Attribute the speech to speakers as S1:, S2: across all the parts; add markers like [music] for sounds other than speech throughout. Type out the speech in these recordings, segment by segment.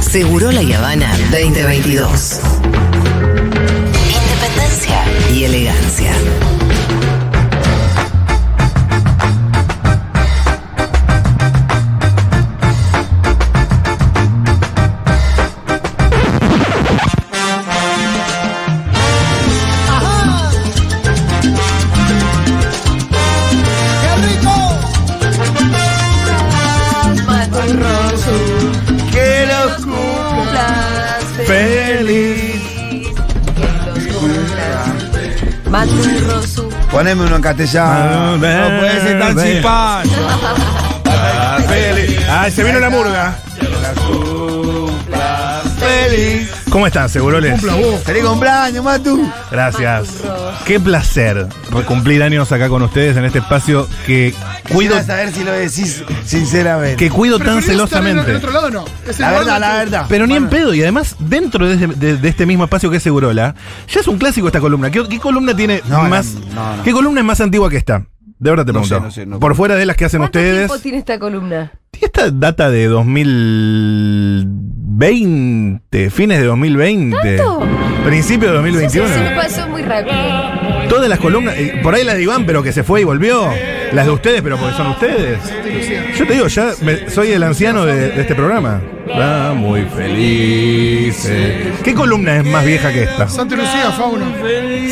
S1: Seguro la Habana 2022. Independencia y elegancia.
S2: ¡Qué rico!
S3: Que los cumplas feliz.
S4: Maturroso.
S3: Poneme uno en castellano.
S5: Ah, ve-
S3: No puede ser tan
S5: ve.
S3: chipán.
S5: Ah, feliz. Ah, se vino la murga.
S3: Feliz.
S5: ¿Cómo están, seguroles?
S3: Feliz cumpleaños, Matu.
S5: Gracias. Qué placer cumplir años acá con ustedes en este espacio que cuido,
S3: Quiero saber si lo decís sinceramente.
S5: que cuido tan
S2: Del
S5: celosamente.
S2: otro lado no. Es el
S3: La
S2: lado
S3: verdad, la
S2: que-
S3: verdad.
S5: Pero ni en pedo, y además dentro de, ese- de- de este mismo espacio que es Segurola, ya es un clásico esta columna. ¿Qué, qué columna tiene
S3: No,
S5: más?
S3: no, no.
S5: ¿Qué columna es más antigua que esta? De verdad te
S3: No
S5: pregunto.
S3: sé, no sé, no-
S5: Por fuera de las que hacen
S4: ¿Cuánto
S5: ustedes.
S4: tiempo tiene esta columna?
S5: Y esta data de 2020, fines de 2020.
S4: ¿Tanto?
S5: Principio de 2021.
S4: Se me pasó muy rápido.
S5: Todas las columnas, eh, por ahí las de Iván, pero que se fue y volvió. Las de ustedes, pero porque son ustedes. Yo te digo, ya me- soy el anciano de, de este programa. Va muy feliz. ¿Qué columna es más vieja que esta?
S2: Santa Lucía, Fauno.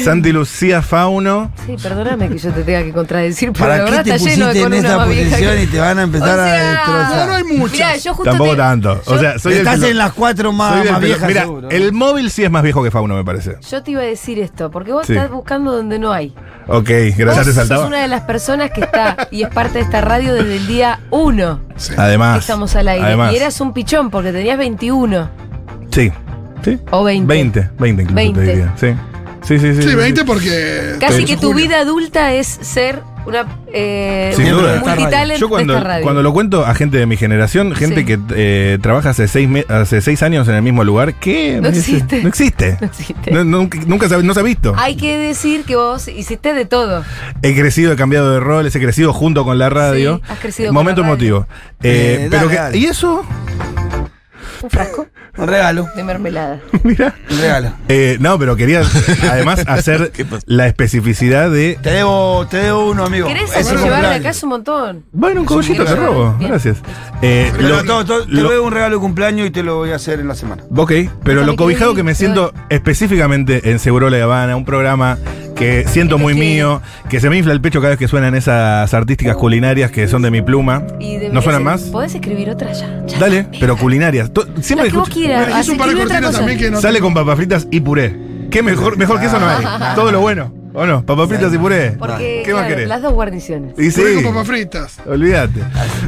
S5: Santi Lucía Fauno.
S4: Sí, perdóname que yo te tenga que contradecir, pero la
S3: ¿Para qué
S4: verdad
S3: te
S4: está lleno
S3: pusiste
S4: de
S3: en
S4: columnas
S3: esta
S4: más viejas
S3: posición
S4: que-
S3: y te van a empezar
S4: O sea,
S3: a destrozar?
S2: No, no hay muchas.
S4: Mirá, yo justo
S5: Tampoco
S4: te-
S5: tanto. O
S4: yo-
S5: sea, soy
S3: Estás
S5: el
S3: en las cuatro
S2: Ah,
S5: soy
S3: más,
S5: del
S3: más
S5: pelo-
S3: viejas.
S5: Mira,
S3: seguro.
S5: el móvil sí es más viejo que Fauno, me parece.
S4: Yo te iba a decir esto, porque vos
S5: Sí.
S4: estás buscando donde no hay.
S5: Ok, gracias, te
S4: vos sos
S5: saltaba.
S4: una de las personas que está y es parte de esta radio desde el día 1 que
S5: Además.
S4: estamos al aire.
S5: Ah, Además.
S4: Y eras un pichón porque tenías 21
S5: Sí. Sí.
S4: o 20.
S5: 20, 20 incluso
S4: 20.
S5: te diría. Sí. Sí, sí, sí.
S2: Sí,
S5: sí.
S2: 20 porque.
S4: Casi
S5: Pero-
S4: que tu vida adulta es ser una eh,
S5: Sin
S4: un
S5: duda.
S4: multitalent
S5: Yo
S4: de
S5: cuando,
S4: esta radio.
S5: cuando lo cuento a gente de mi generación, gente
S4: Sí.
S5: que eh, trabaja hace seis, me- hace seis años en el mismo lugar, que
S4: No existe.
S5: no existe.
S4: No existe.
S5: No- nunca nunca se, ha- no se ha visto.
S4: Hay que decir que vos hiciste de todo.
S5: He crecido, he cambiado de roles, he crecido junto con la radio.
S4: Sí, has crecido
S5: Momento
S4: con la radio.
S5: emotivo. Eh,
S3: Eh,
S5: pero
S3: dale,
S5: que-
S3: dale.
S5: ¿Y eso? [laughs]
S4: Un frasco
S3: Un regalo.
S4: de mermelada.
S5: Mira.
S3: Un regalo.
S5: Eh, no, pero quería
S3: [laughs]
S5: además hacer la especificidad de.
S3: Te debo, te debo uno, amigo.
S4: ¿Querés
S3: Es un
S4: llevar de
S3: cumpleaños.
S4: casa un montón?
S5: Bueno, un cogollito te
S4: quiero saber.
S5: robo.
S4: Bien.
S5: Gracias. Eh,
S3: Pero
S5: lo-
S3: todo- todo- te
S5: lo-
S3: debo un regalo de cumpleaños y te lo voy a hacer en la semana.
S5: Ok, pero lo
S4: Déjame
S5: cobijado
S4: que eh.
S5: que me
S4: te
S5: siento específicamente en Seguro La Habana, un programa que siento muy
S4: Sí.
S5: mío, que se me infla el pecho cada vez que suenan esas artísticas culinarias que son de mi pluma.
S4: Uh, Y
S5: ¿No
S4: deberías-
S5: suenan más?
S4: Podés escribir otra ya. ya.
S5: Dale, pero culinarias. To-
S4: Lo
S5: Siempre
S4: que vos
S5: escucho-
S4: quieras.
S2: Hice un par de
S4: escribí otra
S2: cortinas
S4: cosa.
S2: también que no.
S5: Sale con papas fritas y puré. ¿Qué mejor, mejor que eso no hay?
S4: [laughs]
S5: [laughs] Todo lo bueno. ¿O no? Papas fritas y puré.
S4: Porque,
S5: ¿Qué más
S4: claro,
S5: querés?
S4: las dos guarniciones.
S5: Y sí,
S2: Puré con papas fritas.
S5: olvídate.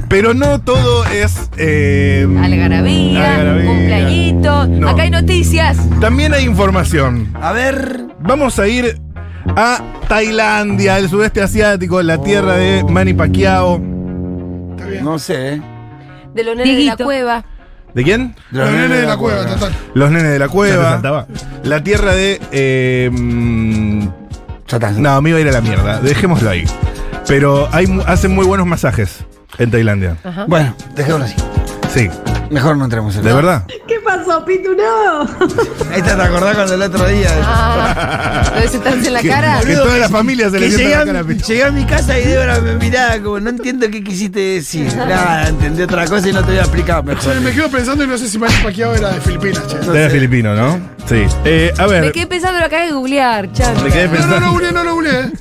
S5: Pero no todo es... eh,
S4: Algarabía,
S5: Algarabía.
S4: cumpleañito.
S5: No.
S4: Acá hay noticias.
S5: También hay información.
S3: A ver.
S5: Vamos a ir a Tailandia, el sudeste asiático, la tierra de Manny Pacquiao.
S2: Está bien.
S3: No sé, ¿eh?
S4: De los nenes de la cueva.
S5: ¿De quién?
S2: Los nenes de la cueva, total.
S5: Los nenes de la
S3: Ya te
S5: cueva.
S3: saltaba.
S5: La tierra de. eh, mm,
S3: Ya está.
S5: no, me iba a ir a la mierda. Dejémoslo ahí. Pero hay, mu- hacen muy buenos masajes en Tailandia.
S4: Ajá.
S3: Bueno, dejémoslo así.
S5: Sí,
S3: Mejor no entremos en
S5: de verdad.
S6: ¿Qué pasó, Pitu? No.
S3: Esta te acordás cuando el otro día.
S4: Ah, lo de
S5: [laughs]
S4: sentarse en la
S5: Que,
S4: cara.
S5: que toda la familia se
S3: Que
S5: le
S3: llegué,
S5: sienta
S3: a,
S5: la cara.
S3: mi-
S5: picho.
S3: llegué a mi casa y Débora me miraba como no entiendo qué quisiste
S4: [laughs]
S3: decir. Nada, entendí otra cosa y no te voy a explicar
S2: O sea,
S3: mejor.
S2: me quedo pensando y no sé si Manny Pacquiao era de Filipinas, che.
S5: Era filipino, ¿no? Sí. Eh, a ver.
S4: Me quedé pensando, lo acabas de googlear,
S5: me
S4: chaval.
S5: quedé
S2: No,
S5: pensando.
S2: no, no, une, no, no, une, eh.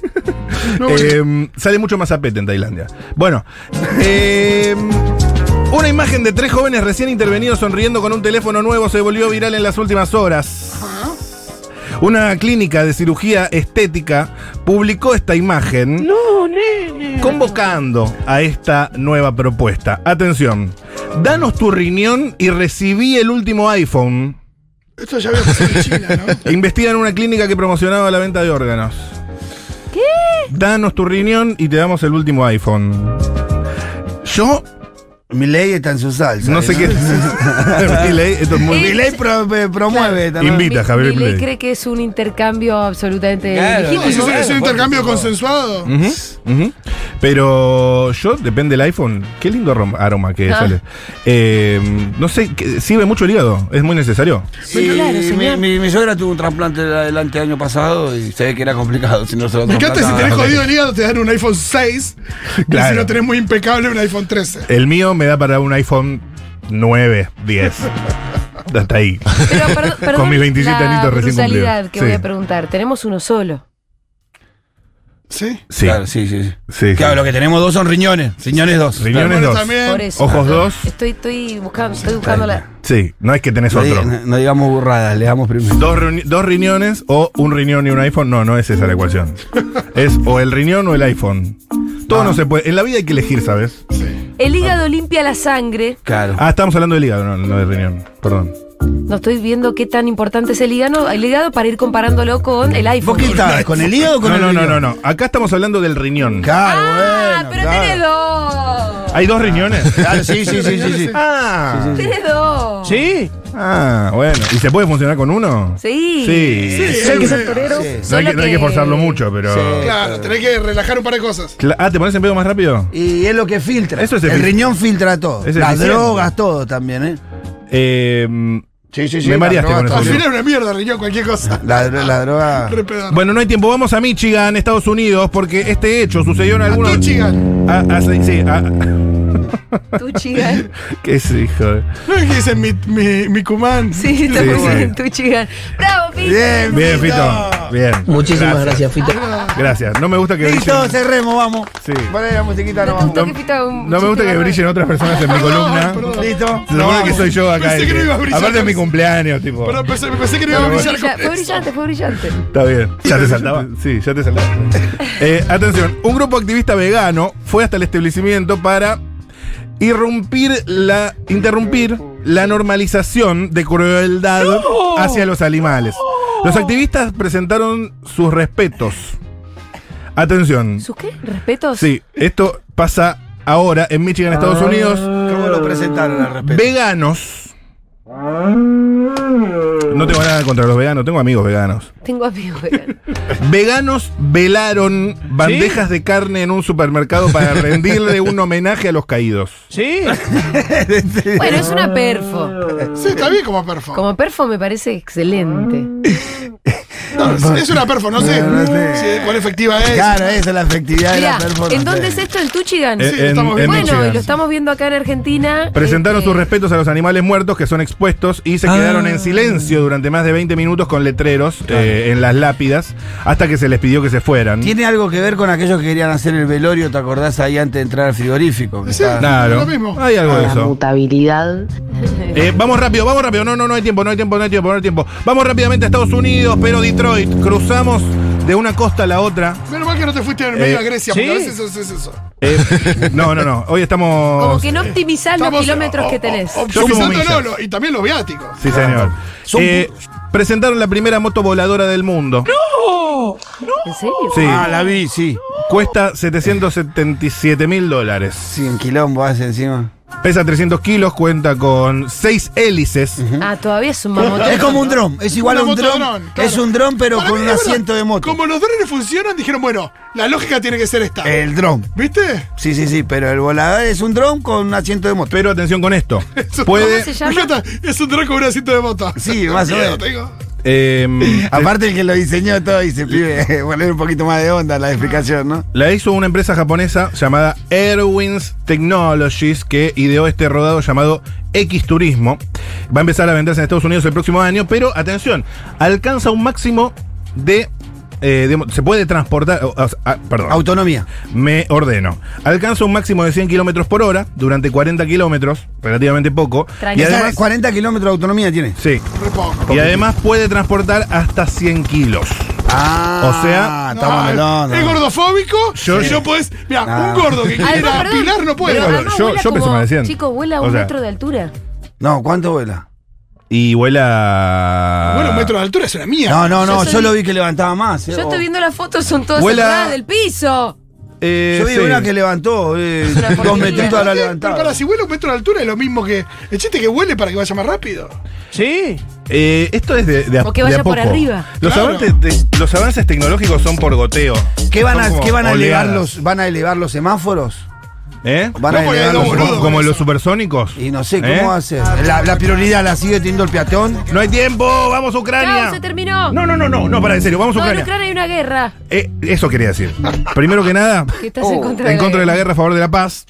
S2: No, une.
S5: Eh, sale mucho más apete en Tailandia. Bueno, eh, una imagen de tres jóvenes recién intervenidos sonriendo con un teléfono nuevo se volvió viral en las últimas horas. Una clínica de cirugía estética publicó esta imagen convocando a esta nueva propuesta. Atención, danos tu riñón y recibí el último iPhone.
S2: Esto ya había pasado en China,
S4: [laughs]
S2: ¿no?
S5: Investigan una clínica que promocionaba la venta de órganos. ¿Qué? Danos tu riñón y te damos el último iPhone. Yo
S3: Mi ley está en su salsa. ¿eh?
S5: no
S4: [laughs]
S5: sé qué. Milei, esto es muy-
S4: Eh,
S3: Mi ley promueve también.
S5: Invita a Javier
S4: Milei
S5: Milei.
S4: cree que es un intercambio absolutamente
S3: Claro.
S2: No,
S4: legítimo.
S2: es, es
S3: Bueno,
S2: un intercambio
S3: por favor.
S2: consensuado.
S5: Ujú, ujú. Pero yo, depende del iPhone, qué lindo aroma, aroma que
S4: Ah.
S5: sale. Eh, no sé, que- sirve mucho el hígado, es muy necesario.
S4: Sí,
S3: Y
S4: claro,
S3: mi,
S4: señor.
S3: mi- mi suegra tuvo un trasplante adelante el año pasado y se ve que era complicado si no se lo
S2: Me encanta si
S3: trasplantaban.
S2: tenés jodido el hígado, te dan un iPhone 6. Y
S5: Claro.
S2: si lo tenés muy impecable, un iPhone 13.
S5: El mío me da para un iPhone 9,
S4: [laughs]
S5: 10. Hasta ahí.
S4: Pero perdón, perdón
S5: Con mis 27
S4: la
S5: añitos recién
S4: brutalidad
S5: cumplidos.
S4: que
S5: Sí.
S4: voy a preguntar. Tenemos uno solo.
S2: ¿Sí?
S5: Sí.
S3: Claro, sí, sí. sí.
S5: sí,
S3: Claro,
S5: sí.
S3: lo que tenemos dos son riñones. Riñones dos.
S5: Riñones
S2: Bueno,
S5: dos.
S2: también.
S4: Por eso.
S5: Mm. Ojos dos.
S4: Estoy, estoy buscando, estoy buscando la.
S5: Sí, no es que tenés
S3: No,
S5: otro.
S3: di- no- no digamos burradas, le damos primero.
S5: Dos, reuni- dos riñones o un riñón y un iPhone. No, no es esa la ecuación. Es o el riñón o el iPhone. Todo
S3: Ah.
S5: no se puede. En la vida hay que elegir, ¿sabes?
S4: El hígado limpia la sangre.
S3: Claro.
S5: Ah, estamos hablando del hígado, no, no del riñón. Perdón.
S4: No estoy viendo qué tan importante es el hígado, el hígado para ir comparándolo con el iPhone.
S3: ¿Vos qué estabas? ¿Con el hígado o con
S5: No,
S3: el
S5: no, no, no,
S3: riñón?
S5: no. Acá estamos hablando del riñón.
S3: Claro,
S4: Ah,
S3: bueno.
S4: pero
S3: claro.
S4: tenés dos.
S5: ¿Hay dos riñones?
S3: [laughs] Claro, sí, sí, sí,
S4: [laughs]
S3: sí. sí.
S5: Ah,
S4: Tenés dos.
S3: ¿Sí?
S5: ah, bueno. ¿Y se puede funcionar con uno?
S4: Sí.
S5: Sí.
S2: Sí, sí.
S5: No hay, que,
S4: Solo
S5: no hay que forzarlo mucho, pero.
S3: Sí.
S2: Claro, tenés que relajar un par de cosas.
S5: Cla- Ah, ¿te pones en pedo más rápido?
S3: Y es lo que filtra.
S5: Eso es
S3: el
S5: efic-
S3: riñón filtra todo.
S5: Es
S3: Las
S5: eficiente.
S3: drogas, todo también, ¿eh?
S5: Eh,
S3: Sí, sí,
S5: Me mareaste
S3: las
S5: con
S3: drogas,
S5: eso,
S2: Al
S5: Julio.
S2: final es una mierda, riñón, cualquier cosa.
S3: todo. La, dro- la droga.
S2: Re pedante.
S5: bueno, no hay tiempo. Vamos a Michigan, Estados Unidos, porque este hecho sucedió en algunos.
S2: Michigan.
S5: Ah, ah, sí, sí, ah,
S4: Tú, chigan.
S5: [laughs] ¿Qué es, hijo? de-
S2: No es que dicen mi, mi, mi Cumán.
S4: Sí, está
S5: Sí,
S4: muy
S5: sí.
S4: bien. Tú, chigan. Bravo, Pito.
S3: Bien,
S5: Bien,
S3: Fito.
S5: Fito. Bien.
S7: Muchísimas gracias, Fito.
S5: Gracias. No me gusta que
S3: Listo,
S5: brillen.
S3: cerremos, vamos.
S5: Sí.
S3: Vale, la musiquita,
S4: No
S3: nos
S4: te
S3: vamos.
S4: gustó que Pito haga un
S5: No me gusta
S4: chiste
S5: que
S4: bárbaro?
S5: brillen otras personas en mi columna.
S2: perdón.
S3: Listo.
S5: Se supone ¿Ah? que soy yo acá.
S2: Pensé
S5: el
S2: que no iba a brillar.
S5: Aparte es mi cumpleaños, tipo.
S2: Pero pensé, pensé que no iba a
S4: Fue
S2: brillar
S4: brilla-
S2: con
S4: Fue
S2: eso.
S4: brillante, fue brillante.
S5: Está bien. [laughs] Ya te saltaba. Sí, ya te saltaba. Eh, atención, un grupo activista vegano fue hasta el establecimiento para irrumpir la, interrumpir la normalización de crueldad hacia los animales. Los activistas presentaron sus respetos. Atención.
S4: ¿Sus qué? ¿Respetos?
S5: Sí, esto pasa ahora en Michigan, Estados Unidos.
S3: ¿Cómo lo presentaron al respecto?
S5: Veganos. No tengo nada contra los veganos, tengo amigos veganos.
S4: Tengo amigos veganos.
S5: Veganos velaron bandejas de carne en un supermercado
S2: [laughs]
S5: para rendirle un homenaje a los caídos.
S4: Bueno, es una perfo.
S2: Sí, está bien como perfo.
S4: Como perfo me parece excelente.
S2: No, es- es una perfo, no sé si- cuál efectiva es.
S3: Claro, esa es la efectividad de
S4: Mirá,
S3: la performance.
S4: ¿en dónde es esto? ¿En Tuchigan?
S5: Eh, en-
S2: estamos
S5: en
S2: bien.
S4: bueno,
S5: Michigan.
S4: y lo estamos viendo acá en Argentina.
S5: Presentaron
S4: Este,
S5: sus respetos a los animales muertos que son expuestos y
S2: Ah.
S5: se quedaron en silencio durante más de 20 minutos con letreros eh, en las lápidas hasta que se les pidió que se fueran.
S3: ¿Tiene algo que ver con aquellos que querían hacer el velorio, te acordás ahí antes de entrar al frigorífico? que
S2: Sí.
S3: está-
S5: Claro,
S2: Lo mismo.
S5: hay algo de
S7: La
S5: eso.
S7: mutabilidad.
S5: Eh, vamos rápido, vamos rápido. No, no, no hay tiempo, no hay tiempo, no hay tiempo, no hay tiempo. Vamos rápidamente a Estados Unidos, pero Detroit. Cruzamos de una costa a la otra.
S2: Menos mal que no te fuiste en
S3: Eh,
S2: medio a Grecia, porque a veces eso es eso.
S5: Eh, no, no, no. Hoy estamos.
S4: Como que no optimizás los
S2: Estamos,
S4: kilómetros
S2: o-
S5: Oh,
S4: que
S2: o-
S4: tenés.
S5: Yo como
S2: Optimizando
S5: millas.
S2: no, lo- y también los viáticos.
S5: Sí, señor. Eh, presentaron la primera moto voladora del mundo. oh.
S4: ¿En serio?
S5: Sí.
S3: Ah, la vi, sí.
S5: Cuesta 777 mil dólares.
S3: Sí, en quilombo hace encima.
S5: Pesa 300 kilos, cuenta con 6 hélices.
S4: Ah, todavía es un
S3: Es
S4: mamotón.
S3: como un dron, es igual a
S2: Una
S3: un
S2: moto
S3: dron.
S2: dron, claro.
S3: Es un dron, pero
S2: Para
S3: con
S2: mí,
S3: un
S2: bueno,
S3: asiento de moto.
S2: Como los drones funcionan, dijeron, bueno, la lógica tiene que ser esta.
S3: El dron.
S2: ¿Viste?
S3: Sí, sí, sí, pero el volador es un dron con un asiento de moto.
S5: Pero atención con esto.
S2: Eso-
S5: Puede.
S4: ¿Cómo se llama?
S2: Me encanta, es un dron con un asiento de moto.
S3: Sí, más o
S2: Miedo
S3: menos.
S2: tengo.
S5: eh,
S3: Aparte el que lo diseñó todo dice, pibe, [laughs] poner un poquito más de onda la explicación, ¿no?
S5: la hizo una empresa japonesa llamada Airwinds Technologies que ideó este rodado llamado X Turismo. Va a empezar a venderse en Estados Unidos el próximo año, pero atención, alcanza un máximo de. eh, de- se puede transportar. o- o- ah, perdón.
S3: Autonomía.
S5: Me ordeno. Alcanza un máximo de 100 kilómetros por hora durante 40 kilómetros, relativamente poco. Y
S4: Tranquilo.
S5: además,
S3: 40 kilómetros de autonomía tiene.
S5: sí,
S2: Re poco.
S5: y además puede transportar hasta 100 kilos.
S3: Ah,
S5: O sea-
S3: estamos no,
S2: No,
S3: no.
S2: Es gordofóbico.
S5: Yo-
S2: y no podés. Mira,
S3: No.
S2: un
S3: [laughs]
S2: gordo que
S4: Ay,
S2: quiera
S4: Ah, perdón,
S2: pilar no puede.
S4: pero
S5: Bueno,
S4: además
S5: yo-
S4: vuela
S5: yo pensé
S4: como-
S5: más de 100.
S4: Chico, vuela a
S5: O
S4: un
S5: sea-
S4: metro de altura.
S3: No, ¿cuánto vuela?
S5: Y vuela.
S2: Bueno, un metro de altura es una mía.
S3: No, no, no,
S4: Yo
S3: yo,
S4: soy-
S3: lo vi que levantaba más. eh,
S4: Yo
S3: o-
S4: estoy viendo las fotos, son todas
S5: Vuela-
S4: cerradas del piso.
S5: Eh,
S3: Yo vi
S5: sí.
S3: una que levantó, eh, dos
S4: una porquería.
S2: Pero,
S4: toda
S3: metritos la
S2: pero para,
S3: levantada.
S2: si huele un metro de altura es lo mismo que. El chiste que huele para que vaya más rápido.
S8: Sí.
S5: Eh, esto es de, de a-
S4: O que
S5: de a
S4: vaya por
S5: poco.
S4: arriba.
S5: Los,
S2: Claro.
S5: avances te- los avances tecnológicos son por goteo.
S3: ¿Qué van
S5: Son
S3: a,
S5: como
S3: qué van a elevar
S5: oleadas.
S3: los, van a elevar los semáforos?
S5: ¿Eh?
S3: Van a
S2: No, porque
S3: elevar
S2: hay
S3: los
S2: dos
S5: Como,
S2: boludo,
S3: semáforos.
S5: como
S2: eso.
S5: los supersónicos.
S3: Y no sé
S5: ¿Eh?
S3: cómo va a ser. La, la prioridad la sigue teniendo el peatón.
S5: No hay tiempo, vamos a Ucrania.
S4: ¡Chao, se terminó!
S5: No, no, no, no, no, para en serio, vamos a
S4: No, en
S5: Ucrania.
S4: Ucrania hay una guerra.
S5: Eh, eso quería decir. Primero que
S4: [laughs]
S5: nada,
S4: Que estás en contra
S5: en contra de la guerra a favor de la
S3: [laughs]
S5: paz,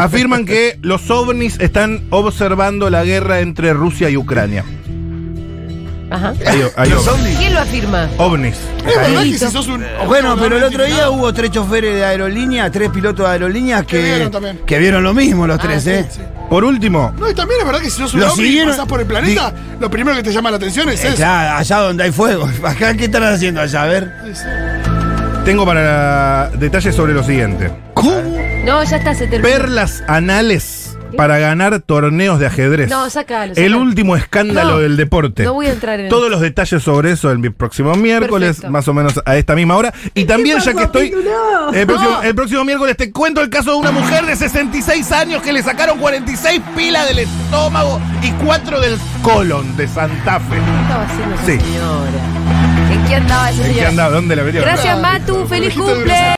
S5: afirman que los ovnis están observando la guerra entre Rusia y Ucrania.
S4: Ajá.
S5: Hay, hay
S3: Los
S5: ovnis.
S3: ovnis.
S4: ¿Quién lo afirma?
S5: Ovnis.
S2: Es verdad que
S4: Listo.
S2: si sos un.
S3: Bueno, pero el otro día hubo tres choferes de aerolínea, tres pilotos de aerolíneas que,
S2: Que vieron también.
S3: que vieron lo mismo
S5: Ah,
S3: los tres, ¿eh?
S5: Por último,
S2: No, y también es verdad que si sos un
S3: Lo
S2: hombre y
S3: siguieron-
S2: pasás por el planeta, lo primero que te llama la atención es
S3: Eh,
S2: eso.
S3: ya, allá donde hay fuego. [laughs] Acá, ¿qué están haciendo allá? A ver.
S5: tengo para detalles sobre lo siguiente.
S4: No, ya está, se terminó.
S5: Perlas anales para ganar torneos de ajedrez.
S4: No, sácalo,
S5: El
S4: sácalo.
S5: último escándalo
S4: No,
S5: del deporte.
S4: no voy a entrar en
S5: Todos los detalles sobre eso el mi- próximo miércoles,
S4: Perfecto.
S5: más o menos a esta misma hora. Y también, ya que estoy.
S6: No.
S5: El próximo,
S4: No.
S5: el próximo miércoles te cuento el caso de una mujer de 66 años que le sacaron 46 pilas del estómago y 4 del colon de Santa Fe.
S4: ¿Qué estaba haciendo esa
S5: Sí.
S4: señora? ¿En qué andaba esa
S5: ¿En qué
S4: señora?
S5: andaba? ¿Dónde la metió?
S4: Ah, Gracias, Matu. ¡Feliz
S2: Conejito de
S4: cumple!